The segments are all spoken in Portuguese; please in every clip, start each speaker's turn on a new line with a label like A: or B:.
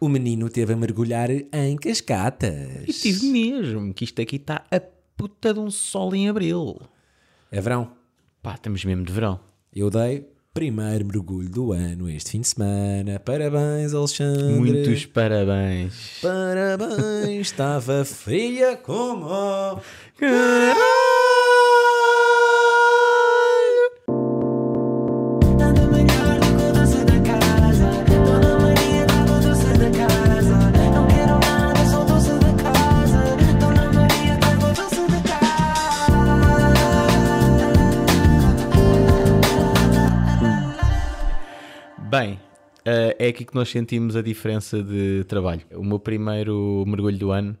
A: O menino teve a mergulhar em cascatas.
B: E tive mesmo, que isto aqui está a puta de um sol em abril.
A: É verão.
B: Pá, estamos mesmo de verão.
A: Eu dei primeiro mergulho do ano este fim de semana. Parabéns, Alexandre.
B: Muitos parabéns.
A: Parabéns, estava fria como. o
C: Dona Maria da mudança da casa. Dona Maria da mudança da casa. Não quero nada, só doce da casa. Dona Maria da mudança da casa.
B: Bem, eh, é aqui que nós sentimos a diferença de trabalho. O meu primeiro mergulho do ano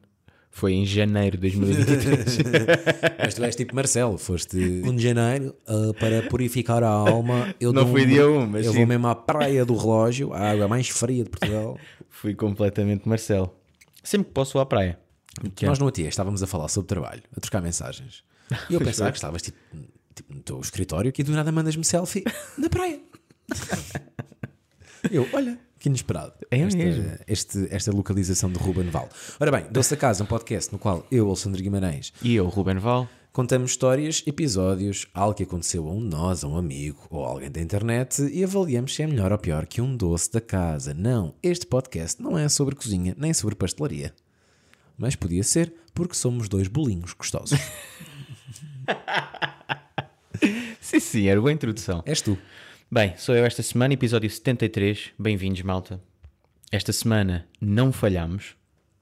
B: foi em janeiro de 2023.
A: Mas tu és tipo Marcelo, foste 1 de janeiro ah, para purificar a alma. Eu
B: Não
A: dou
B: fui dia um, mas
A: Eu
B: sim.
A: vou mesmo à praia do relógio, a água mais fria de Portugal.
B: Fui completamente Marcelo. Sempre que posso vou à praia. é.
A: Nós no outro dia estávamos a falar sobre trabalho, a trocar mensagens. E eu pensava que estavas tipo, tipo no teu escritório e do nada mandas-me selfie na praia. eu, olha, que inesperado.
B: É
A: esta,
B: mesmo.
A: este- esta localização de Ruben Val. Ora bem, Doce a Casa, um podcast no qual eu, Alexandre Guimarães,
B: E eu, Ruben Val,
A: Contamos histórias, episódios, algo que aconteceu a um de nós, a um amigo ou a alguém da internet e avaliamos se é melhor ou pior que um doce da casa. Não, este podcast não é sobre cozinha nem sobre pastelaria. Mas podia ser porque somos dois bolinhos gostosos.
B: Sim, sim, era boa introdução.
A: És tu.
B: Bem, sou eu esta semana, episódio 73. Bem-vindos, malta. Esta semana não falhámos,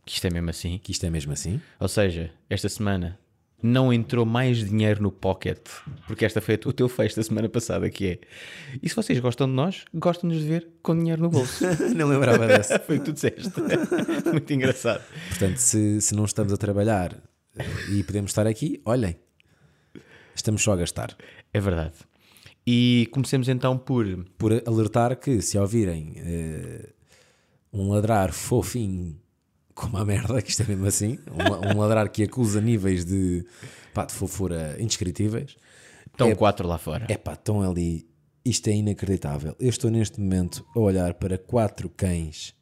B: que isto é mesmo assim.
A: Que isto é mesmo assim?
B: Ou seja, esta semana não entrou mais dinheiro no pocket, porque esta foi o teu fecho da semana passada, que é. E se vocês gostam de nós, gostam-nos de ver com dinheiro no bolso.
A: não lembrava dessa.
B: foi o que tu disseste. Muito engraçado.
A: Portanto, se, se não estamos a trabalhar eh, e podemos estar aqui, olhem. Estamos só a gastar.
B: É verdade. E comecemos então por.
A: Por alertar que se ouvirem eh, um ladrar fofinho como a merda, que isto é mesmo assim, um, la- um ladrar que acusa níveis de, pá, de fofura indescritíveis,
B: Estão quatro lá fora.
A: é pá, estão ali, isto é inacreditável. Eu estou neste momento a olhar para quatro cães,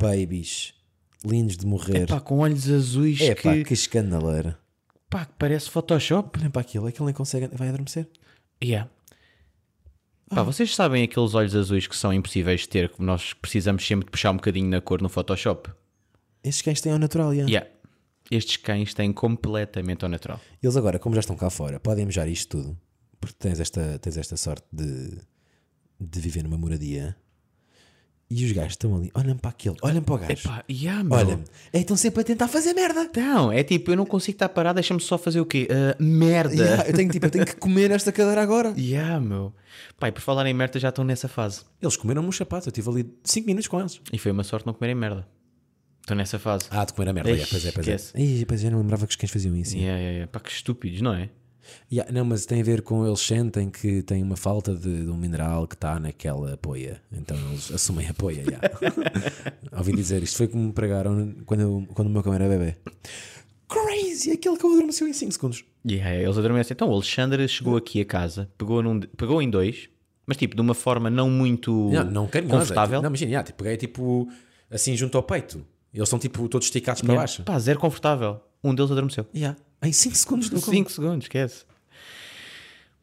A: babies, lindos de morrer.
B: Pá, com olhos azuis
A: É pá,
B: que,
A: que escandaleira.
B: pá, que parece Photoshop.
A: Olhem para aquilo, aquilo nem consegue, vai adormecer.
B: Yeah. Pá, vocês sabem aqueles olhos azuis que são impossíveis de ter, que nós precisamos sempre de puxar um bocadinho na cor no Photoshop?
A: Estes cães têm ao natural, Ian.
B: Yeah. Estes cães têm completamente ao natural.
A: Eles agora, como já estão cá fora, podem mejar isto tudo, porque tens esta, tens esta sorte de, de viver numa moradia. E os gajos estão ali, olham para aquele, olham para o gajo,
B: Pá, yeah, meu.
A: olham, é, estão sempre a tentar fazer merda.
B: Então, é tipo, eu não consigo estar parado, deixa-me só fazer o quê? Ah, merda!
A: Yeah, eu, tenho, tipo, eu tenho que comer esta cadeira agora.
B: Yeah, meu. Pai, por falar em merda, já estão nessa fase.
A: Eles comeram-me um sapato, eu estive ali 5 minutos com eles.
B: E foi uma sorte não comerem merda. Estão nessa fase.
A: Ah, de comer a merda,
B: Ei,
A: yeah, pois é, pois
B: esquece.
A: é. Ih, pois eu não lembrava que os cães faziam isso.
B: Yeah, yeah, yeah. Pá, que estúpidos, não é?
A: Yeah, não, mas tem a ver com eles sentem que tem uma falta de, de um mineral que está naquela poia. Então eles assumem a poia. yeah. Ouvi dizer, isto foi como me pregaram quando, eu- quando o meu cão era bebê. Crazy! Aquele que eu adormeceu em 5 segundos.
B: Yeah, yeah, eles adormecem. Então, o Alexandre chegou aqui a casa, pegou, num, pegou em dois, mas tipo, de uma forma não muito
A: Não, não carinhosa.
B: confortável.
A: Não, imagina, yeah, tipo, peguei tipo assim junto ao peito. Eles são tipo todos esticados para
B: Yeah.
A: baixo.
B: é, Pá, zero confortável. Um deles adormeceu.
A: Yeah. Em 5 segundos do cão.
B: 5 segundos, esquece.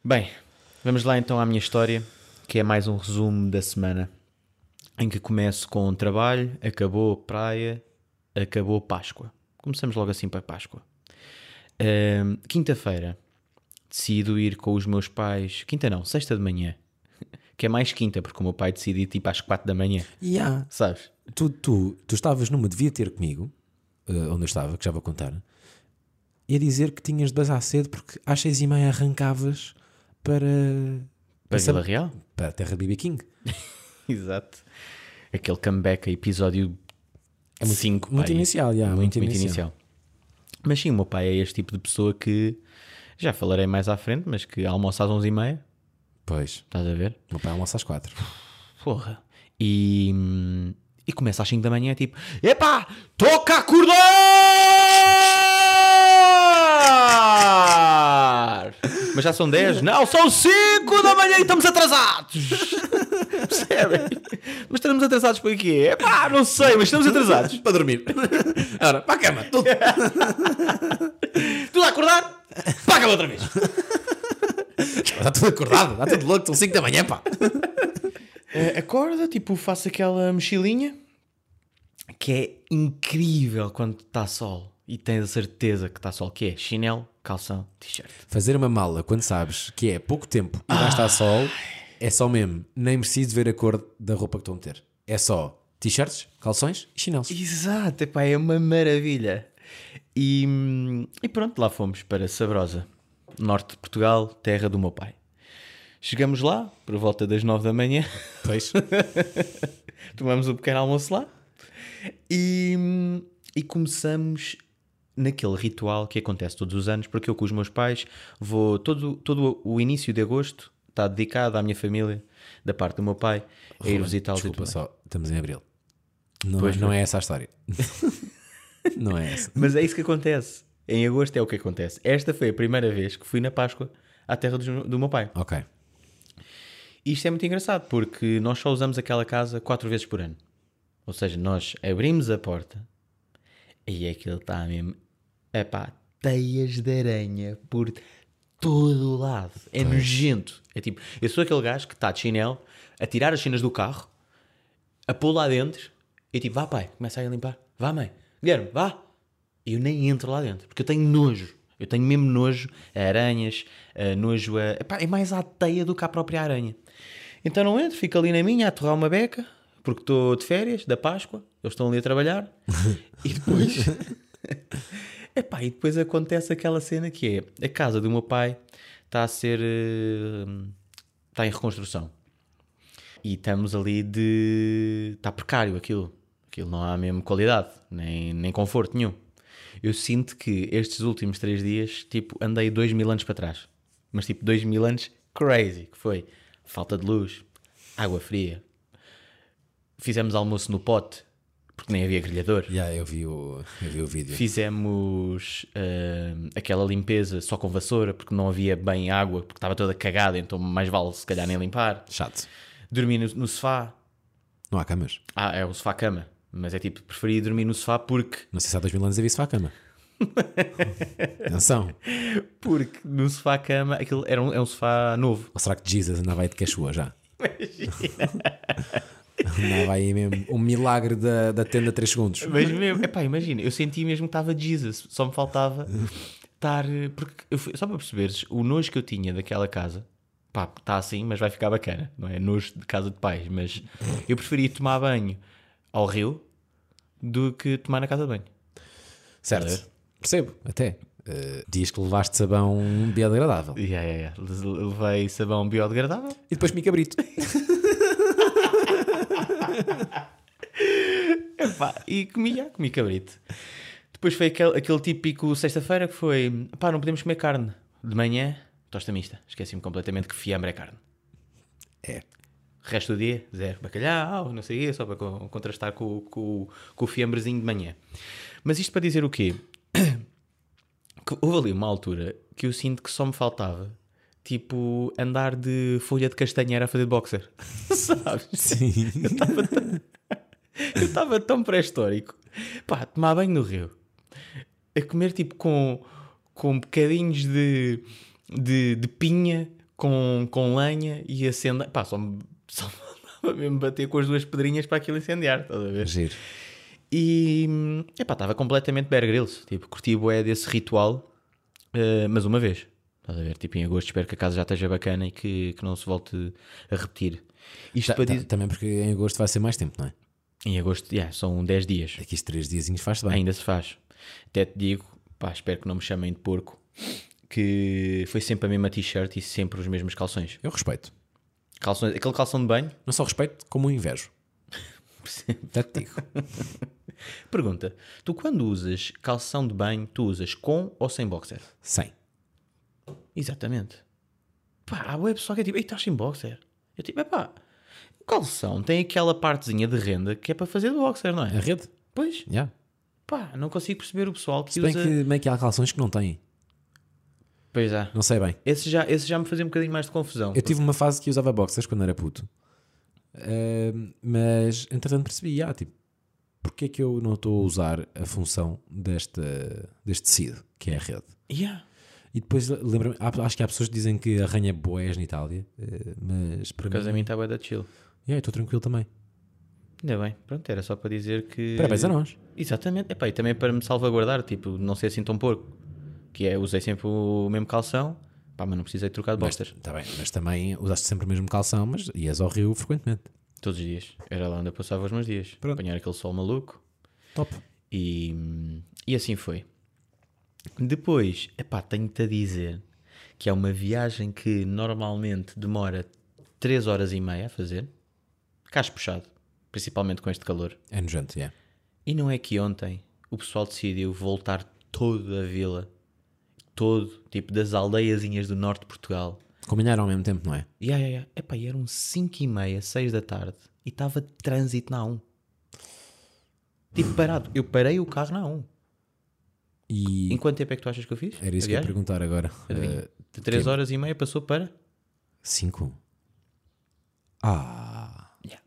B: Bem, vamos lá então à minha história, que é mais um resumo da semana, em que começo com um trabalho, acabou praia, acabou Páscoa. Começamos logo assim para Páscoa. Ahm, Quinta-feira, decido ir com os meus pais. Quinta não, sexta de manhã. Que é mais quinta, porque o meu pai decide ir tipo às 4 da manhã,
A: Yeah.
B: sabes?
A: tu, tu, tu estavas numa devia ter comigo, eh, onde eu estava, que já vou contar, e a dizer que tinhas de bazar cedo porque às seis e meia arrancavas para,
B: Para
A: Essa-
B: Vila Real.
A: para a terra de BB King.
B: Exato. Aquele comeback a episódio 5.
A: É Muito inicial, já.
B: É muito, muito inicial. Mas sim, o meu pai é este tipo de pessoa que já falarei mais à frente, mas que almoça às 11h30,
A: Pois,
B: estás a ver?
A: o meu pai almoça às quatro.
B: Porra. E, hum, e começa às 5 da manhã, tipo: Epá, toca acordar! Mas já são 10? Não, são 5 da manhã e estamos atrasados! Harry. Mas estaremos atrasados para quê? É pá, não sei, mas estamos atrasados.
A: Para dormir. Ora, para a cama. Tudo.
B: Tudo a acordar? Paga outra vez.
A: Está tudo acordado. Está tudo louco. São 5 da manhã, pá.
B: Eh, acorda, tipo, faço aquela mochilinha que é incrível quando está sol e tens a certeza que está sol, que é chinelo, calção, t-shirt.
A: Fazer uma mala quando sabes que é pouco tempo e vai estar sol, é só mesmo. Nem preciso ver a cor da roupa que estou a meter. É só t-shirts, calções e chinelos.
B: Exato, epá, é uma maravilha. E, hum, e pronto, lá fomos para Sabrosa, norte de Portugal, terra do meu pai. Chegamos lá, por volta das nove da manhã,
A: Pois.
B: tomamos um pequeno almoço lá e, hum, e começamos naquele ritual que acontece todos os anos, porque eu com os meus pais vou todo, todo o início de agosto está dedicado à minha família, da parte do meu pai, a ir visitá-los. e
A: Desculpa
B: tudo mais.
A: só, estamos em abril. Não, não é essa a história. não é essa.
B: Mas é isso que acontece. Em agosto é o que acontece. Esta foi a primeira vez que fui na Páscoa à terra do, do meu pai.
A: Ok.
B: E isto é muito engraçado porque nós só usamos aquela casa quatro vezes por ano. Ou seja, nós abrimos a porta e aquilo está mesmo. Epá, teias de aranha por todo o lado. É nojento. É tipo, eu sou aquele gajo que está de chinelo a tirar as chinas do carro, a pôr lá dentro e tipo, vá pai, começa aí a limpar. Vá mãe, Guilherme, vá. E eu nem entro lá dentro porque eu tenho nojo. Eu tenho mesmo nojo a aranhas, a nojo a. Epá, é mais à teia do que à própria aranha. Então não entro, fico ali na minha a torrar uma beca porque estou de férias, da Páscoa, eles estão ali a trabalhar e depois. Epá, e depois acontece aquela cena que é a casa do meu pai está a ser. eh, está em reconstrução. E estamos ali de. está precário aquilo. Aquilo não há mesmo qualidade, nem, nem conforto nenhum. Eu sinto que estes últimos três dias, tipo, andei dois mil anos para trás. Mas tipo, dois mil anos crazy, que foi falta de luz, água fria. Fizemos almoço no pote, porque nem havia grelhador.
A: Já, eu, vi o, eu vi o vídeo.
B: Fizemos ah, aquela limpeza só com vassoura, porque não havia bem água, porque estava toda cagada, então mais vale se calhar nem limpar.
A: Chato.
B: Dormi no, no sofá.
A: Não há camas.
B: Ah, é o sofá-cama. Mas é tipo, preferi dormir no sofá porque,
A: Não sei se há dois mil anos havia isso à cama. Atenção.
B: porque no sofá-cama aquilo era um, é um sofá novo.
A: Ou será que Jesus andava aí de quechua já? andava aí mesmo. O milagre da, da tenda 3 segundos.
B: Mas mesmo, epá, imagina, eu senti mesmo que estava Jesus, só me faltava estar. eh, Porque eu fui- só para perceberes, o nojo que eu tinha daquela casa, pá, está assim, mas vai ficar bacana, não é? Nojo de casa de pais, mas eu preferi tomar banho ao rio do que tomar na casa de banho.
A: Certo. Percebo, até. Eh, diz que levaste sabão um biodegradável.
B: E yeah, yeah, yeah. levei sabão biodegradável.
A: E depois me cabrito.
B: Pá, e comi, já, comi cabrito. Depois foi aquele, aquele típico sexta-feira que foi: pá, não podemos comer carne. De manhã, tosta mista. Esqueci-me completamente que fiambre é carne.
A: É.
B: Resto do dia, zero. Bacalhau, não sei o quê, só para co- contrastar com, com, com o fiambrezinho de manhã. Mas isto para dizer o quê? Que houve ali uma altura que eu sinto que só me faltava, tipo, andar de folha de castanheira a fazer boxer. Sabes?
A: Sim.
B: Eu estava tão pré-histórico. Pá, tomar banho no rio. A comer tipo com, com bocadinhos de, de, de pinha, com, com lenha e acender. Pá, só me, só me mandava mesmo bater com as duas pedrinhas para aquilo incendiar, estás a ver?
A: Giro.
B: E epá, estava completamente Bear Grylls. Tipo, curti bué desse ritual, eh, mas uma vez. Estás a ver? Tipo, em agosto espero que a casa já esteja bacana e que, que não se volte a repetir. Isto
A: Ta-
B: para
A: ta-
B: dizer.
A: Também porque em agosto vai ser mais tempo, não é?
B: Em agosto, yeah, são 10 dias.
A: Daqui a 3 diazinhos faz-te bem.
B: Ainda se faz. Até te digo, pá, espero que não me chamem de porco, que foi sempre a mesma t-shirt e sempre os mesmos calções.
A: Eu respeito.
B: calções aquele calção de banho,
A: Não só respeito, como invejo. Já te digo.
B: pergunta, tu quando usas calção de banho, tu usas com ou sem boxer?
A: Sem.
B: Exatamente. Pá, há bué pessoal que é tipo, ei, estás sem boxer? Eu tipo, é pá, o calção tem aquela partezinha de renda que é para fazer de boxer, não
A: A
B: é?
A: rede?
B: Pois,
A: Já.
B: pá, não consigo perceber o pessoal que
A: Se
B: usa...
A: bem que meio que há calções que não têm.
B: Pois é.
A: Não sei bem.
B: Esse já, esse já me fazia um bocadinho mais de confusão.
A: Eu tive uma fase que usava boxers quando era puto. Ahm, mas, entretanto, percebi, ah, tipo, porque é que eu não estou a usar a função desta, deste tecido, que é a rede?
B: Yeah.
A: E depois, lembra-me, há- acho que há pessoas que dizem que arranha boés na Itália, eh, mas para
B: Por causa
A: mim,
B: de mim está bué da chill.
A: yeah, eu estou tranquilo também.
B: Ainda bem, pronto, era só para dizer que.
A: Parabéns a nós.
B: Exatamente, Epá, e também para me salvaguardar, tipo, não ser assim tão porco. Que é, usei sempre o mesmo calção, pá, mas não precisei trocar de
A: Mas,
B: boxers
A: tá bem, mas também usaste sempre o mesmo calção, mas ias ao rio frequentemente.
B: todos os dias. Era lá onde eu passava os meus dias.
A: Pronto.
B: Apanhar aquele sol maluco.
A: Top.
B: E, e assim foi. Depois, epá, tenho-te a dizer que é uma viagem que normalmente demora 3 horas e meia a fazer, caso puxado, principalmente com este calor.
A: É nojento, yeah.
B: E não é que ontem o pessoal decidiu voltar todo a vila, todo, tipo das aldeiazinhas do norte de Portugal.
A: Combinaram ao mesmo tempo, não é?
B: E ai, ai, ai, epá, e eram 5 e meia, 6 da tarde e estava trânsito na A1. Tipo parado, eu parei o carro na A1.
A: E
B: Em quanto tempo é que tu achas que eu fiz?
A: era isso
B: a
A: que eu ia
B: viagem?
A: perguntar agora. Eh,
B: De 3 horas e meia passou para.
A: cinco. Ah,
B: Yeah.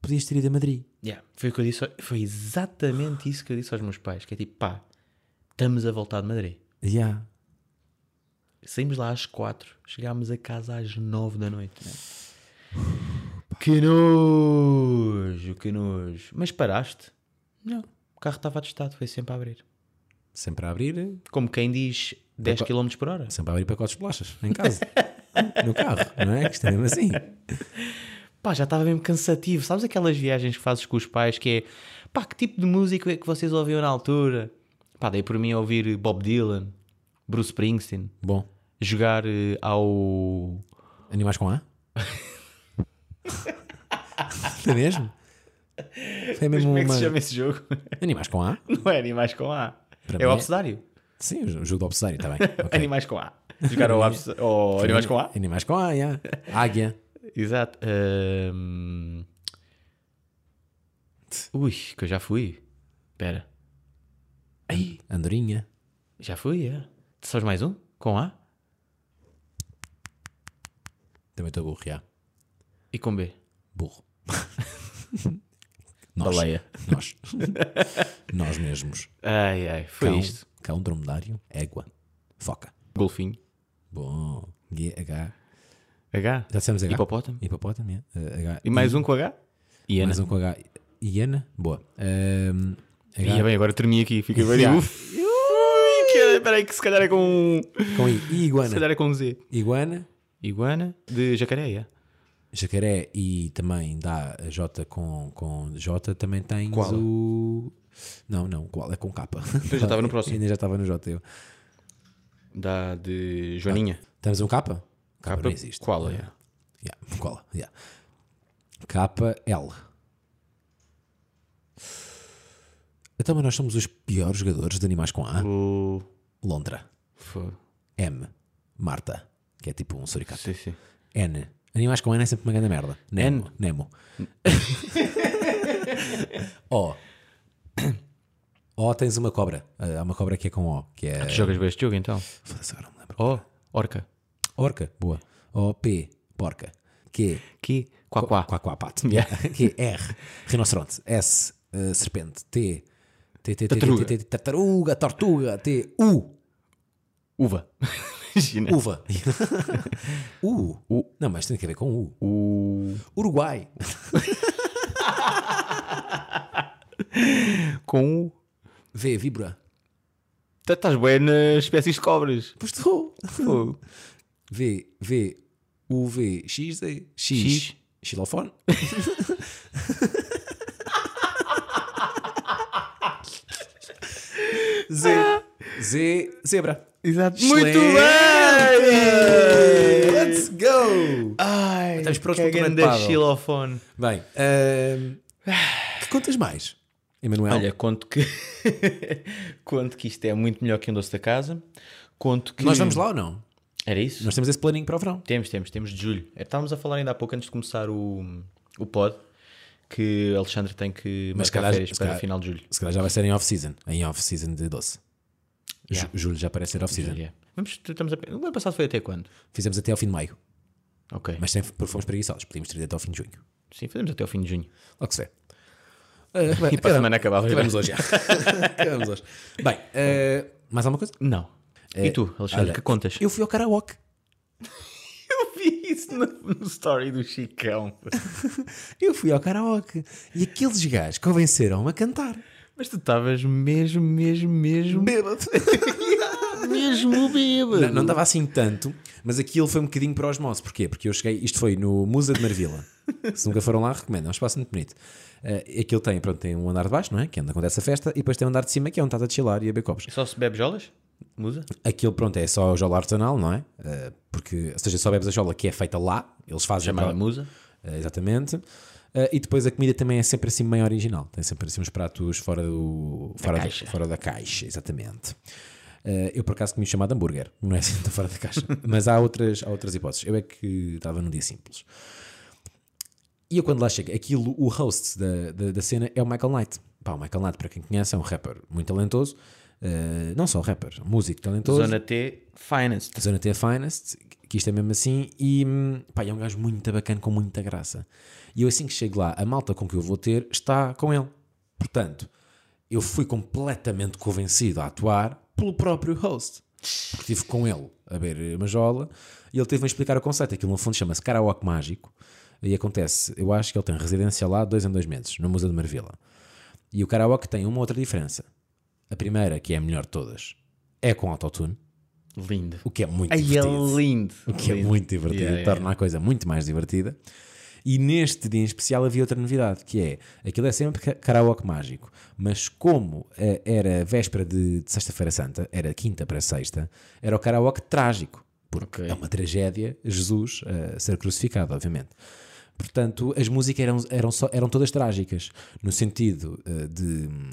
A: podias ter ido a Madrid.
B: Yeah. Foi, o que eu disse, ao- foi exatamente isso que eu disse aos meus pais: que é tipo, pá, estamos a voltar de Madrid.
A: Yeah.
B: Saímos lá às 4, chegámos a casa às 9 da noite. né? Que nojo, que nojo. Mas paraste? Não, o carro estava atestado, foi sempre a abrir.
A: Sempre a abrir,
B: Como quem diz 10 km por hora.
A: sempre a abrir pacotes de bolachas em casa. no carro, não é? Que isto é mesmo assim.
B: Pá, já estava mesmo cansativo. Sabes aquelas viagens que fazes com os pais que é pá, que tipo de música é que vocês ouviam na altura? Pá, dei por mim a ouvir Bob Dylan, Bruce Springsteen,
A: Bom,
B: jogar eh, ao.
A: animais com A? Não é mesmo? Foi
B: Mas
A: mesmo
B: como é que
A: uma...
B: se chama esse jogo?
A: Animais com A?
B: Não é Animais com A.
A: Para
B: é o
A: mim é-
B: Obsedário.
A: Sim, o jogo do obsedário, está bem. Ok.
B: Animais com A. Jogar ao, abs... ao Animais com A.
A: Animais com A, yeah. Águia.
B: Exato. Ahm, Ui, que eu já fui. Espera.
A: Andorinha.
B: Já fui, é. Sabes mais um? Com A?
A: Também estou burro, já.
B: E com B?
A: Burro. Nós.
B: Baleia.
A: Nós. Nós mesmos.
B: Ai, ai, foi
A: Cão,
B: é isto.
A: cão, dromedário, égua, foca.
B: Golfinho.
A: Bom. H.
B: H.
A: Já dissemos H.
B: Hipopótamo.
A: Hipopótamo, yeah. Eh, H.
B: E mais um com H?
A: E
B: Iana.
A: mais um com H. Hiena? Boa. Ahm, H.
B: Ia bem, agora tremi aqui. Fiquei bem.
A: Yeah.
B: Uf. Ui, que era- peraí, que se calhar é com.
A: Com I. E
B: Se
A: iguana.
B: calhar é com Z.
A: Iguana,
B: Iguana de jacaré, é?
A: jacaré e também dá a J com, com J, também tens
B: Koala.
A: o... Não, não, qual é com K.
B: Eu Então já estava no próximo.
A: Ainda já estava no J. Eu.
B: Da de Joaninha.
A: Temos um K? K,
B: Capa-
A: não existe.
B: Koala, é.
A: Yeah, koala, yeah. KL. Então, mas nós somos os piores jogadores de animais com A.
B: O.
A: Londra.
B: Fogo.
A: M. Marta. Que é tipo um suricato.
B: Sim, sim.
A: N. Animais com N é sempre uma grande merda. Nemo. Nemo. o. O tens uma cobra. Ah, Há uma cobra que é com O. Que é.
B: Tu jogas bem este jogo então?
A: Foda-se, agora não me lembro.
B: Oh, orca.
A: Orca. Boa. O. P. Porca. Q.
B: Que? Quá, quá.
A: Quá, quá, pato. Que é R, rinoceronte. S, eh, serpente. T, T, T, T,
B: Tartaruga.
A: T, T, T, tartaruga, tortuga. T, U,
B: Uva. Imagina.
A: uva. U. Não, mas tem que ver com U.
B: O.
A: Uruguai.
B: Com o.
A: V, víbora.
B: Tá- Estás bem nas espécies de cobras.
A: Pois estou.
B: Fogo.
A: V, V, U, V, X, Z,
B: X.
A: X. Xilofone. Z, Z, zebra.
B: Exato.
A: Muito bem! Let's go!
B: Ai,
A: Estamos prontos para
B: que
A: o torneio de
B: grande
A: pádel.
B: xilofone.
A: Bem, ahm, que contas mais, Emanuel?
B: Olha, conto que conto que isto é muito melhor que um doce da casa. Conto que
A: Nós vamos lá ou não?
B: Era isso?
A: Nós temos esse planinho para o verão.
B: Temos, temos, temos de julho. É, Estávamos a falar ainda há pouco antes de começar o, o pod que Alexandre tem que
A: Mas se
B: marcar
A: calhar-
B: férias
A: se
B: para
A: calhar-
B: final de julho.
A: Se calhar já vai ser em off-season. Em off-season de doce. Ju-
B: Yeah.
A: Julho já parece ser off-season.
B: Yeah. Vamos, estamos a, o ano passado foi até quando?
A: Fizemos até ao fim de maio,
B: Ok.
A: mas sempre fomos preguiçosos. Podíamos ter ido até ao fim de junho.
B: Sim, fazemos até o fim de junho.
A: Logo que se vê. Ah, acabamos-
B: para a semana acabava.
A: Acabamos hoje já. acabamos hoje. Bem, ah, mais alguma coisa?
B: Não. e tu,
A: É,
B: Alexandre,
A: olha,
B: que contas?
A: Eu fui ao karaoke.
B: Eu vi isso no, story do Chicão.
A: Eu fui ao karaoke. E aqueles gajos convenceram-me a cantar.
B: Mas tu estavas mesmo, mesmo, mesmo.
A: Bêbado.
B: mesmo bêbado.
A: Não, não estava assim tanto, mas aquilo foi um bocadinho para osmose. Porquê? Porque eu cheguei, isto foi no Musa de Marvila. Se nunca foram lá, recomendo, é um espaço muito bonito. Eh, aquilo tem, pronto, tem um andar de baixo, não é? Que é onde acontece a festa, e depois tem um andar de cima, que é onde estás a chilar e a beber copos.
B: Só se bebe jolas? Musa?
A: Aquilo, pronto, é só o jola artesanal, não é? Eh, porque, ou seja, só bebes a jola que é feita lá, eles fazem.
B: Chamada
A: para-
B: Musa?
A: eh, exatamente. Eh, e depois a comida também é sempre assim meio original. Tem sempre assim uns pratos fora, do, fora, do-
B: caixa.
A: fora da caixa, exatamente. Eh, eu por acaso comi chamado hambúrguer, não é assim tão fora da caixa. Mas há outras, há outras hipóteses. Eu é que estava num dia simples. E eu quando lá chego, aquilo, o host da, da, da cena é o Michael Knight. Pá, o Michael Knight, para quem conhece, é um rapper muito talentoso. Eh, não só rapper, músico talentoso.
B: Zona T, Finance.
A: Zona T é Finest, que isto é mesmo assim, e hum, pá, é um gajo muito bacana, com muita graça. E eu assim que chego lá, a malta com que eu vou ter está com ele. Portanto, eu fui completamente convencido a atuar pelo próprio host. Porque estive com ele a ver uma jola e ele teve-me a explicar o conceito. Aquilo no fundo chama-se karaoke mágico e acontece, eu acho que ele tem residência lá dois em dois meses, no Museu de Marvila. E o karaoke tem uma outra diferença. A primeira, que é a melhor de todas, é com autotune,
B: Lindo.
A: o que é muito
B: Ai, é
A: divertido.
B: lindo.
A: O que é
B: Lindo.
A: muito divertido,
B: Yeah,
A: torna a coisa muito mais divertida. E neste dia em especial havia outra novidade, que é aquilo é sempre ca- karaoke mágico, mas como eh, era véspera de, de Sexta-feira Santa, era quinta para sexta, era o karaoke trágico, porque
B: Ok.
A: é uma tragédia Jesus eh, ser crucificado, obviamente. Portanto, as músicas eram, eram, só, eram todas trágicas, no sentido eh, de hum,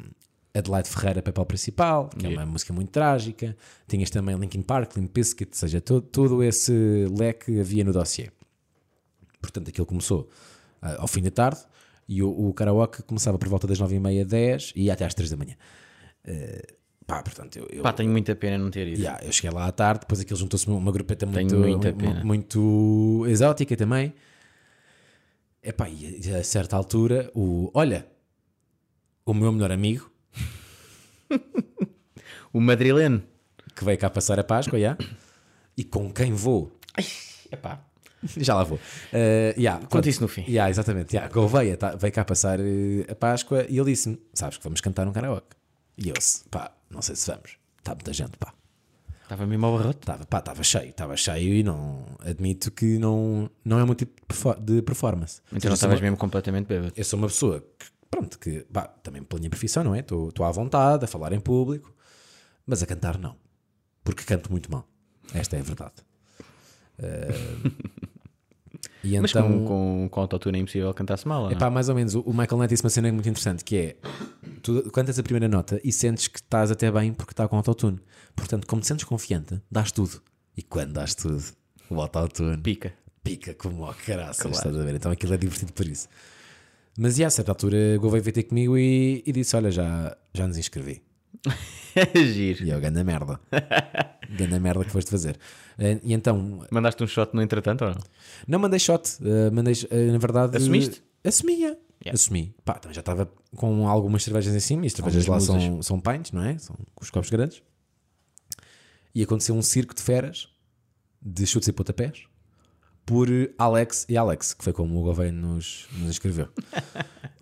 A: Adelaide Ferreira, papel principal, que é uma música muito trágica. Tinhas também Linkin Park, Limp Bizkit, ou seja, todo, todo esse leque havia no dossiê. Portanto, aquilo começou ah, ao fim da tarde e o, o karaoke começava por volta das 9h30, 10 e ia até às 3 da manhã. Eh, pá, portanto, eu, eu-
B: Pá, tenho muita pena não ter ido.
A: Yeah, eu cheguei lá à tarde, depois aquilo juntou-se uma grupeta
B: Tenho
A: muito,
B: muita
A: mu-
B: pena.
A: muito exótica também. Epá, e a- e a certa altura, o olha, o meu melhor amigo,
B: O Madrileno.
A: que veio cá passar a Páscoa, já, e com quem vou,
B: Epá.
A: já lá vou. Eh, já, pronto.
B: isso no fim.
A: Já, exatamente, já, Gouveia tá- veio cá passar eh, a Páscoa e ele disse-me: Sabes que vamos cantar um karaoke? E eu disse: Pá, não sei se vamos, está muita gente, pá.
B: Estava mesmo ao barrote.
A: Estava, pá, estava cheio, estava cheio e não admito que não, não é muito tipo de perfo- de performance. Ou seja,
B: Então não
A: eu sou é uma-
B: estavas mesmo completamente bêbado.
A: Eu sou uma pessoa que, pronto, que pá, também pela minha profissão, não é? Estou estou à vontade a falar em público, mas a cantar não, porque canto muito mal. Esta é a verdade. Eh, e
B: Mas
A: então,
B: com, com, com autotune é impossível cantar-se mal, ou não?
A: Pá, mais ou menos, o o Michael Knight disse uma cena muito interessante que é tu cantas a primeira nota e sentes que estás até bem porque está com autotune. Portanto, como te sentes confiante, dás tudo. E quando dás tudo, o autotune
B: Pica.
A: pica como ao caraças, estás a ver? Então aquilo é divertido por isso. Mas e a certa altura, Gouveia veio ter comigo e, e disse: Olha, já, já nos inscrevi.
B: É Giro.
A: E eu, ganda merda. ganda merda que foste fazer. Eh, E então,
B: Mandaste um shot no entretanto, ou não?
A: Não mandei shot, eh, mandei, eh, na verdade.
B: Assumiste?
A: Assumia.
B: Yeah.
A: Assumi. Pá, também já estava com algumas cervejas em cima e as cervejas lá
B: Algumas
A: são, são pints, não é? São com os copos grandes. E aconteceu um circo de feras de chutes e pontapés por eh, Alex e Alex, que foi como o Gouveia nos, nos escreveu.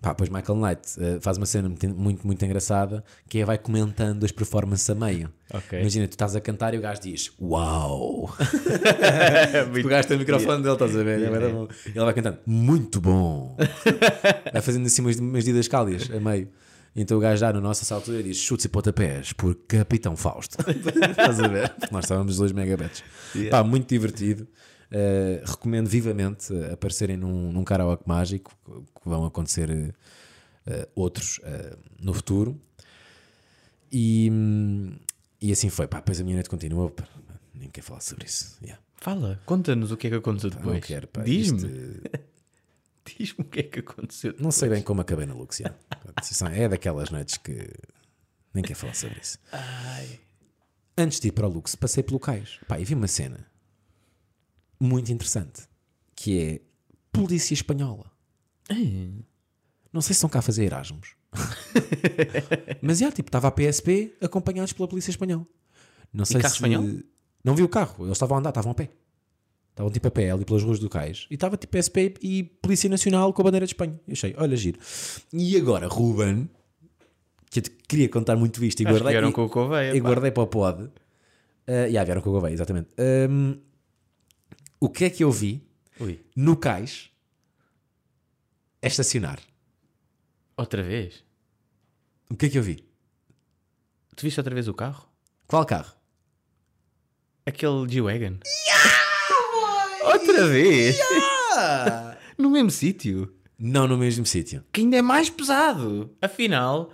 A: Pá, pois Michael Knight eh, faz uma cena muito, muito, muito engraçada que é vai comentando as performances a meio.
B: Ok.
A: Imagina, tu estás a cantar e o gajo diz Uau!
B: É
A: Porque o gajo tem o microfone dele, estás a ver? É bué da bom. Ele vai cantando, muito bom. vai fazendo assim umas, umas didas cálidas a meio. Então o gajo já na nossa altura diz chutes e pontapés por Capitão Fausto. estás a ver? Nós estávamos dois megabets. Pá, muito divertido. Eh, recomendo vivamente eh, aparecerem num, num karaoke mágico que vão acontecer eh, eh, outros eh, no futuro. E, hum, e assim foi. Pá, depois a minha noite continua. Pá, Nem quero falar sobre isso. Yeah.
B: Fala, conta-nos o que é que aconteceu
A: Ah, Não
B: depois.
A: quero, pá.
B: Diz-me,
A: Isto-
B: diz-me o que é que aconteceu.
A: não sei bem como acabei na Luxian. É daquelas noites que nem quero falar sobre isso. Antes de ir para o Lux, passei pelo cais. Pá, e vi uma cena muito interessante que é polícia espanhola. Não sei se estão cá a fazer Erasmus. Mas já, tipo, estava a PSP acompanhados pela polícia espanhola. Não sei
B: carro
A: se...
B: espanhol?
A: Não vi o carro, eles estavam a andar, estavam a pé. Estavam tipo a pé ali pelas ruas do Cais. E estava tipo PSP e Polícia Nacional com a bandeira de Espanha. Eu achei, olha, giro. E agora, Ruben, que eu te queria contar muito isto e
B: Acho que
A: guardei.
B: vieram
A: e-
B: com o Coveia,
A: E
B: pá.
A: guardei para o pod. Ah, já vieram com o Gouveia, exatamente. Ahm, o que é que eu vi
B: Ui.
A: no cais a estacionar.
B: Outra vez?
A: O que é que eu vi?
B: Tu viste outra vez o carro?
A: Qual carro?
B: Aquele G-Wagon? outra vez? no mesmo sítio?
A: Não no mesmo sítio.
B: Que ainda é mais pesado. Afinal,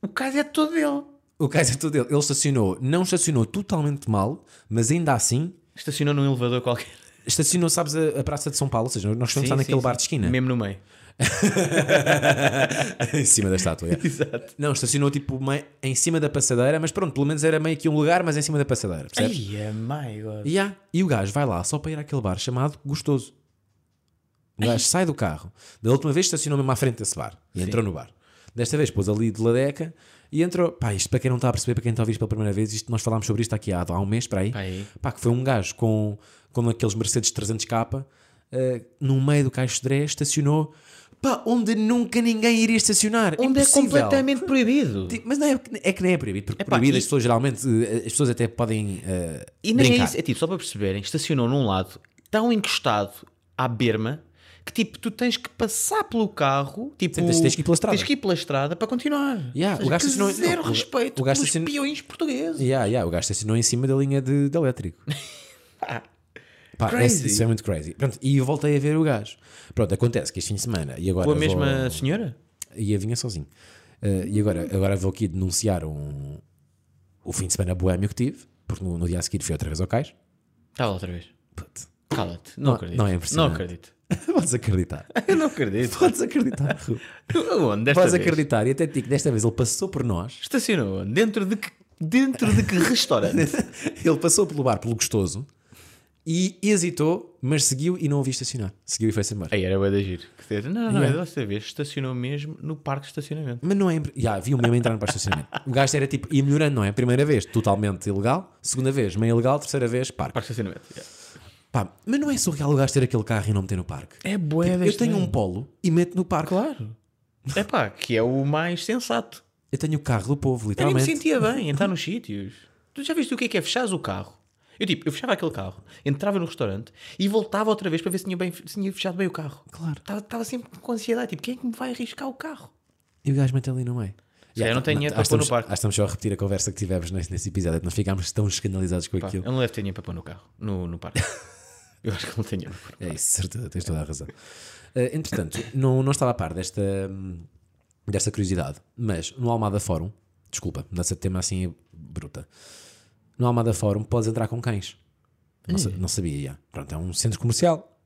B: o caso é todo dele.
A: O cais é todo dele. Ele estacionou, não estacionou totalmente mal, mas ainda assim
B: Estacionou num elevador qualquer.
A: estacionou, sabes, a, a Praça de São Paulo. Ou seja, nós estamos lá naquele bar de esquina,
B: Mesmo no meio.
A: em cima da estátua. é.
B: Exato.
A: Não, estacionou tipo meio- em cima da passadeira, mas pronto, pelo menos era meio que um lugar, mas em cima da passadeira. Percebes?
B: Ai, é my God.
A: E há- E o gajo vai lá só para ir àquele bar chamado Gostoso. O gajo sai do carro. Da última vez estacionou mesmo à frente desse bar e entrou no bar. Desta vez pôs ali de ladeca e entrou. Pá, isto para quem não está a perceber, para quem está a ouvir isto pela primeira vez, isto, nós falámos sobre isto aqui há, há um mês para aí.
B: Pá, aí.
A: Pá, que foi um gajo com, com aqueles Mercedes 300 k eh, no meio do Caixo de Dré, estacionou. Pá, onde nunca ninguém iria estacionar.
B: Onde é
A: Impossível.
B: completamente proibido.
A: Tipo, Mas não é, é que não é proibido, porque
B: Epá,
A: proibido
B: e-
A: as pessoas geralmente, eh, as pessoas até podem. eh,
B: E nem
A: brincar.
B: é isso. É tipo, só para perceberem, estacionou num lado tão encostado à berma que tipo, tu tens que passar pelo carro, tipo,
A: Sim, tens- tens que ir pela estrada.
B: tens que ir pela estrada para continuar.
A: Yeah,
B: Ou
A: o gajo
B: que
A: estacionou-
B: zero
A: não, o-
B: respeito
A: o gajo
B: pelos
A: estacion-
B: peões portugueses.
A: Yeah, yeah, o gajo estacionou em cima da linha de, de elétrico. Pá, é-
B: Ah, Crazy.
A: isso é muito crazy. Pronto, e eu voltei a ver o gajo. Pronto, acontece que este fim de semana e agora.
B: Com a
A: vou-
B: mesma senhora?
A: Ia vinha sozinho. Eh, e agora, agora vou aqui denunciar um, o fim de semana boémio que tive, porque no, no dia a seguir fui outra vez ao cais.
B: Está Tá lá outra vez.
A: Puto,
B: Cala-te. Não,
A: Não-
B: acredito.
A: não é impressionante.
B: Não acredito.
A: podes acreditar.
B: Eu não acredito.
A: Podes acreditar, Ru.
B: Onde? Desta
A: Podes
B: vez?
A: acreditar. E até te digo, desta vez ele passou por nós.
B: Estacionou onde? dentro de que, dentro de que restaurante?
A: Ele passou pelo bar, pelo gostoso, e hesitou, mas seguiu e não o vi estacionar. Seguiu e foi-se embora.
B: Aí era o da giro. Que dizer, não, não,
A: Yeah.
B: é desta vez. Estacionou mesmo no parque de estacionamento.
A: Mas não é. impre- Já, vi o mesmo entrar no parque de estacionamento. O gajo era tipo, ia melhorando, não é? Primeira vez, totalmente ilegal. Segunda vez, meio ilegal. Terceira vez, parque.
B: Parque de estacionamento. yeah.
A: Pá, mas não é surreal o gajo ter aquele carro e não meter no parque.
B: É bué
A: Tipo, eu
B: deste
A: tenho um
B: mundo.
A: polo e meto no parque.
B: Claro. É pá, que é o mais sensato.
A: Eu tenho o carro do povo,
B: Eu nem me
A: literalmente.
B: sentia bem entrar nos sítios. Tu já viste o que é que é fechares o carro? Eu tipo, eu fechava aquele carro, entrava no restaurante e voltava outra vez para ver se tinha, bem, se tinha fechado bem o carro.
A: Claro.
B: Estava, estava sempre com ansiedade, tipo, quem é que me vai arriscar o carro?
A: E o gajo mete ali, não é?
B: eu não tenho
A: mas- acho que
B: dinheiro para pôr no
A: estamos-
B: parque.
A: acho que Estamos só a repetir a conversa que tivemos nesse, nesse episódio, que nós ficámos tão escandalizados com
B: Pá,
A: aquilo.
B: ele não deve ter dinheiro para pôr no carro, no, no parque. eu acho que ele não tem dinheiro para pôr.
A: É isso, de certeza, tens toda a razão. Eh, entretanto, não, não estava a par desta, hum, desta curiosidade, mas no Almada Fórum, desculpa, mudança de tema assim bruta. No Almada Fórum podes entrar com cães. Não, sa- não sabia, já. Pronto, é um centro comercial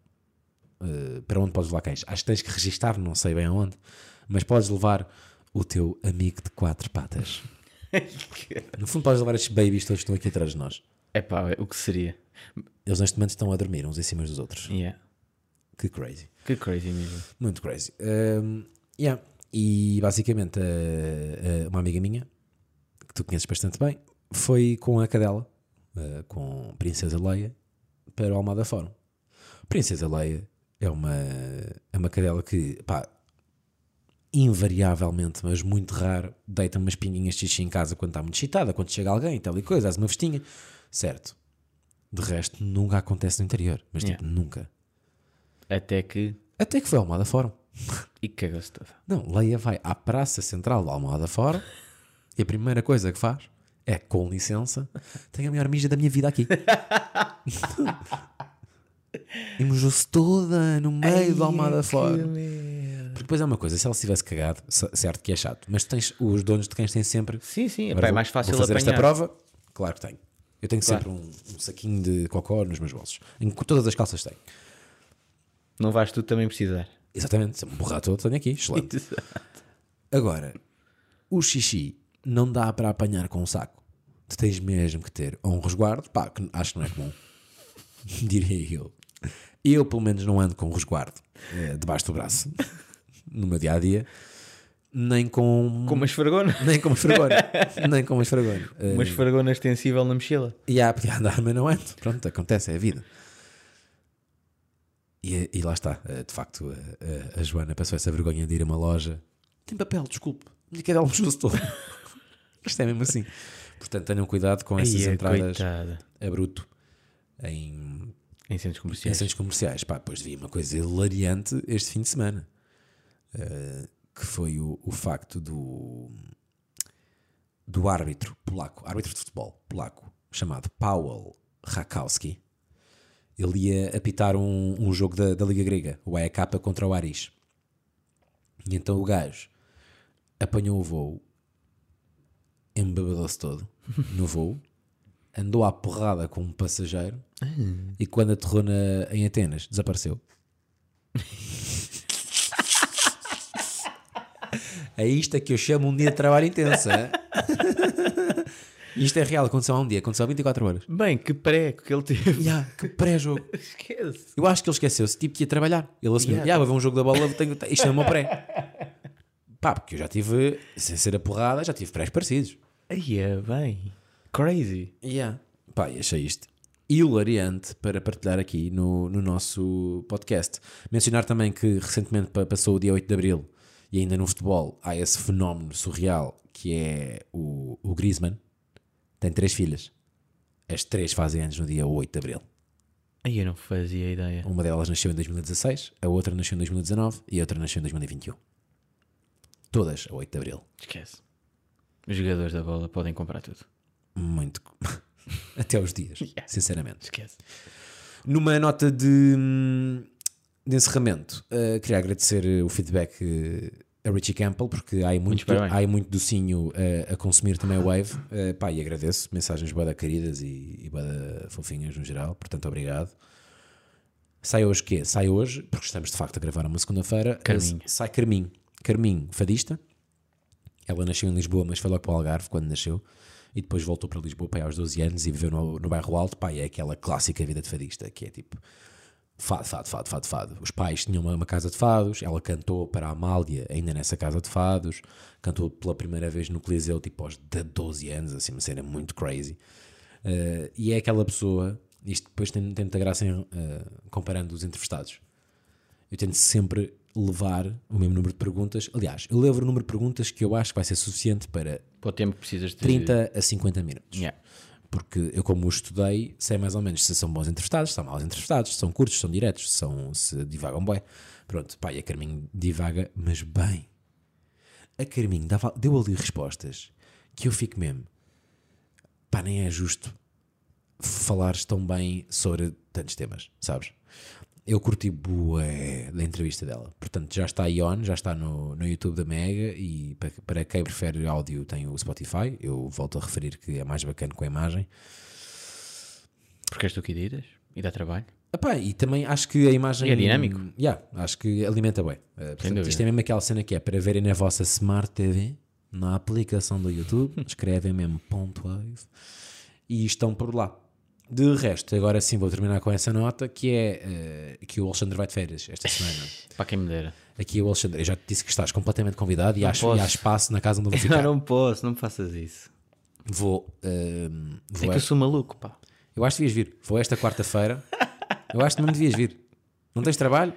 A: eh, para onde podes levar cães. Acho que tens que registar, não sei bem aonde, mas podes levar o teu amigo de quatro patas. No fundo, podes levar estes babies todos que estão aqui atrás de nós.
B: É pá, o que seria?
A: Eles neste momento estão a dormir uns em cima dos outros.
B: Yeah.
A: Que crazy.
B: Que crazy mesmo.
A: Muito crazy. Um, yeah. E basicamente, uh, uh, uma amiga minha, que tu conheces bastante bem, foi com a cadela, uh, com Princesa Leia, para o Almada Fórum. Princesa Leia é uma, é uma cadela que, pá, invariavelmente, mas muito raro, deita umas pinguinhas de xixi em casa quando está muito excitada, quando chega alguém e tal e coisa, faz uma vestinha. Certo. De resto, nunca acontece no interior. Mas, tipo, nunca.
B: Até que.
A: Até que foi ao Almada Fórum.
B: E cagou-se toda.
A: Não, Leia vai à praça central da Almada fora e a primeira coisa que faz é, com licença, tenho a melhor mija da minha vida aqui. e mijou-se toda no meio da
B: é
A: Almada fora. Porque depois é uma coisa, se ela se tivesse cagado, c- certo que é chato, mas tens, os donos de cães têm sempre.
B: Sim, sim.
A: Agora
B: Epá, é
A: vou-
B: mais fácil
A: vou fazer
B: apanhar.
A: esta prova? Claro que tenho. Eu tenho sempre um, um saquinho de cocó nos meus bolsos, em que todas as calças têm.
B: Não vais tu também precisar.
A: Exatamente, sempre um borrato todo tenho aqui, excelente. Agora, o xixi não dá para apanhar com um saco. Tu tens mesmo que ter ou um resguardo, pá, que acho que não é comum, diria eu. Eu, pelo menos, não ando com um resguardo eh, debaixo do braço. no meu dia a dia, nem com.
B: Com uma esfregona.
A: Nem com uma esfregona. nem com uma esfregona. Eh,
B: Uma esfregona extensível na mochila.
A: E há podia andar, mas não ando. Pronto, acontece, é a vida. E, e lá está, eh, de facto, eh, a, a Joana passou essa vergonha de ir a uma loja. Tem papel, desculpe, me quer dar um justo. Isto é mesmo assim. Portanto, tenham cuidado com essas
B: Ai, é,
A: entradas
B: coitada.
A: a bruto em,
B: Em centros
A: em
B: comerciais.
A: centros comerciais. Pá, depois vi uma coisa hilariante este fim de semana. eh, que foi o, o facto do, do árbitro polaco, árbitro de futebol polaco, chamado Paul Rakowski. Ele ia apitar um, um jogo da, da Liga Grega, o AEK contra o Aris. E então o gajo apanhou o voo, embebedou-se todo no voo, andou à porrada com um passageiro e quando aterrou na- em Atenas desapareceu. É isto é que eu chamo um dia de trabalho intenso. é? isto é real, aconteceu há um dia, aconteceu há 24 horas.
B: Bem, que prego que ele teve.
A: Ya, que pré-jogo.
B: Esquece.
A: Eu acho que ele esqueceu-se, tipo, que ia trabalhar. Ele assumiu,
B: Ya.
A: yeah. vou ver um jogo da bola, tenho, isto é o meu pré. Pá, porque eu já tive, sem ser a porrada, já tive prés parecidos.
B: Aí é bem. Crazy.
A: Yeah. Pá, e achei isto hilariante para partilhar aqui no, no nosso podcast. Mencionar também que recentemente pa- passou o dia 8 de Abril e ainda no futebol há esse fenómeno surreal que é o, o Griezmann. Tem três filhas. As três fazem anos no dia 8 de Abril.
B: Aí eu não fazia ideia.
A: Uma delas nasceu em 2016, a outra nasceu em 2019 e a outra nasceu em 2021. Todas a 8 de Abril.
B: Esquece. Os jogadores da bola podem comprar tudo.
A: Muito. Até os dias, sinceramente.
B: Esquece.
A: Numa nota de, hum, de encerramento, uh, queria agradecer uh, o feedback uh, a Richie Campbell, porque há aí muito,
B: parabéns.
A: há aí muito docinho uh, a consumir também o Wave. Uh, pá, e agradeço. Mensagens boada queridas e, e boada fofinhas no geral, portanto, obrigado. Sai hoje quê? Sai hoje, porque estamos de facto a gravar uma segunda-feira.
B: Carminho.
A: Uh, Sai Carminho. Carminho, fadista. Ela nasceu em Lisboa, mas foi logo para o Algarve quando nasceu. E depois voltou para Lisboa pai, aos 12 anos e viveu no, no bairro Alto. Pai, é aquela clássica vida de fadista, que é tipo fado, fado, fado, fado, fado. Os pais tinham uma, uma casa de fados. Ela cantou para a Amália, ainda nessa casa de fados. Cantou pela primeira vez no Coliseu, tipo aos de 12 anos, assim, uma cena muito crazy. Eh, e é aquela pessoa, isto depois tem, tem muita graça em, eh, comparando os entrevistados. Eu tento sempre levar o mesmo número de perguntas. Aliás, eu levo o número de perguntas que eu acho que vai ser suficiente para
B: Para o tempo que precisas de.
A: 30 a 50 minutos.
B: Yeah.
A: Porque eu, como o estudei, sei mais ou menos se são bons entrevistados, se são maus entrevistados, se são curtos, se são diretos, se, são, se divagam bem. Pronto, pá, e a Carminho divaga, mas bem. A Carminho dava- deu ali respostas que eu fico mesmo. Pá, nem é justo falares tão bem sobre tantos temas, sabes? Eu curti bué da entrevista dela. Portanto, já está aí on, já está no, no YouTube da Mega e para, para quem prefere áudio tem o Spotify. Eu volto a referir que é mais bacana com a imagem.
B: Porque és tu que editas e dá trabalho.
A: Epá, e também acho que a imagem.
B: E é dinâmico.
A: Yeah, acho que alimenta bem. Uh, portanto,
B: dúvida.
A: isto é mesmo aquela cena que é para verem na vossa Smart TV, na aplicação do YouTube, escrevem mesmo ponto .wave e estão por lá. De resto, agora sim vou terminar com essa nota que é uh, que o Alexandre vai de férias esta semana.
B: Para quem me dera.
A: Aqui o Alexandre, eu já te disse que estás completamente convidado e, acho, e
B: posso.
A: há espaço na casa onde eu vou
B: Não,
A: ficar.
B: não posso, não me faças isso.
A: Vou. um,
B: É
A: vou
B: que eu sou maluco, pá.
A: Eu acho que devias vir. Vou esta quarta-feira. Eu acho que não devias vir. Não tens trabalho?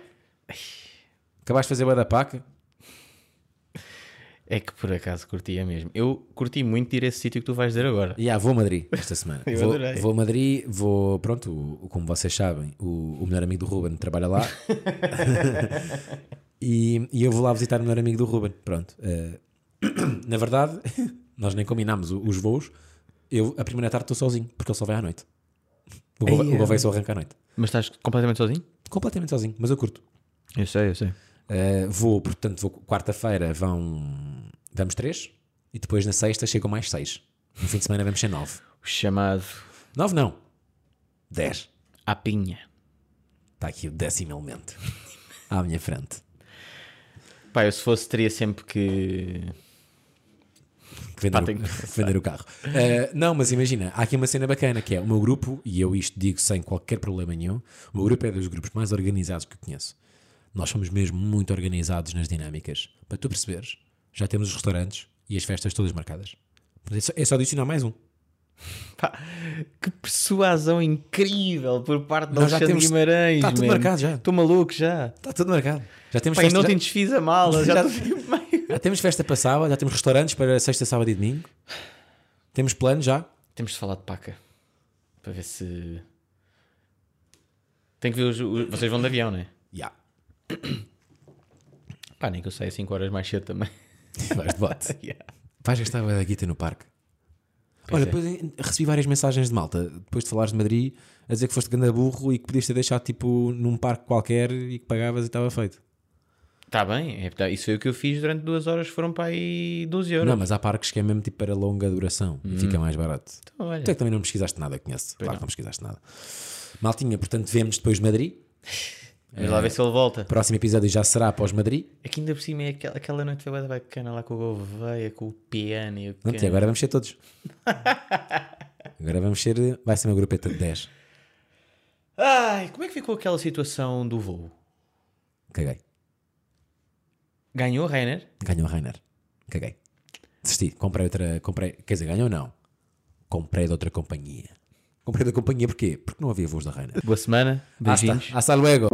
A: Acabaste de fazer bué da paca?
B: É que por acaso curtia mesmo. Eu curti muito ir a esse sítio que tu vais dizer agora.
A: E ah, vou a Madrid esta semana.
B: Eu
A: vou,
B: adorei.
A: vou a Madrid, vou. Pronto, o- como vocês sabem, o, o melhor amigo do Ruben trabalha lá. e, e eu vou lá visitar o melhor amigo do Ruben. Pronto. eh, na verdade, nós nem combinámos o- os voos. Eu, a primeira tarde, estou sozinho, porque ele só vai à noite. O Gouve-
B: Ai,
A: o Gouveia só arranca à noite.
B: Mas estás completamente sozinho?
A: Completamente sozinho, mas eu curto.
B: Eu sei, eu sei.
A: Uh, vou, portanto, vou quarta-feira vão vamos três e depois na sexta chegam mais seis. No fim de semana vamos ser nove.
B: O chamado
A: Nove não. Dez.
B: à pinha.
A: Está aqui o décimo elemento à minha frente.
B: Pá, eu se fosse teria sempre que.
A: Que vender,
B: Pá, tenho
A: o,
B: que
A: vender o carro. Uh, não, mas imagina, há aqui uma cena bacana que é o meu grupo, e eu isto digo sem qualquer problema nenhum, o meu grupo é dos grupos mais organizados que eu conheço. Nós somos mesmo muito organizados nas dinâmicas. Para tu perceberes, já temos os restaurantes e as festas todas marcadas. Portanto, É só, é só adicionar mais um.
B: Pá, que persuasão incrível por parte de
A: Nós já
B: Alexandre
A: temos-
B: Guimarães.
A: Está tudo
B: man.
A: marcado já.
B: Estou maluco já.
A: Está tudo marcado. Já temos,
B: Pá, e
A: festa,
B: não
A: já,
B: tem desfiz a mala. Já,
A: Já-
B: estou tipo meio-
A: já temos festa para sábado, já temos restaurantes para sexta, sábado e domingo. Temos plano já.
B: Temos de falar de paca. Para ver se. Tem que ver os. os- Vocês vão de avião, não é?
A: Já.
B: Pá, nem que eu saia 5 horas mais cedo também.
A: Vais de bote.
B: Yeah.
A: Vais gastar bué da guita no parque. Olha,
B: Pois é.
A: depois eh, recebi várias mensagens de malta, depois de falares de Madrid, a dizer que foste grande burro e que podias ter deixado tipo num parque qualquer e que pagavas e estava feito.
B: Está bem, é, tá, isso foi o que eu fiz durante duas horas, foram para aí 12 horas.
A: Não, mas há parques que é mesmo tipo para longa duração e fica mais barato.
B: Então, olha,
A: Tu é que também não pesquisaste nada, conheço. Claro
B: não.
A: que não pesquisaste nada. Maltinha, portanto, vemos depois de Madrid.
B: vamos lá ver se ele volta.
A: Próximo episódio já será após Madrid.
B: Aqui ainda por cima é aquela, aquela noite foi bué da bacana lá com o Gouveia, com o piano e o
A: Pronto, e
B: quê.
A: agora vamos ser todos. agora vamos ser. eh, Vai ser uma grupeta de 10.
B: Ai, como é que ficou aquela situação do voo?
A: Caguei.
B: Ganhou Rainer?
A: Ganhou a Rainer. Caguei. Desisti. Comprei outra. Comprei, quer dizer, ganhou não. Comprei de outra companhia. Comprei da companhia porquê? Porque não havia voos da Rainer.
B: Boa semana,
A: Hasta,
B: beijinhos.
A: hasta luego.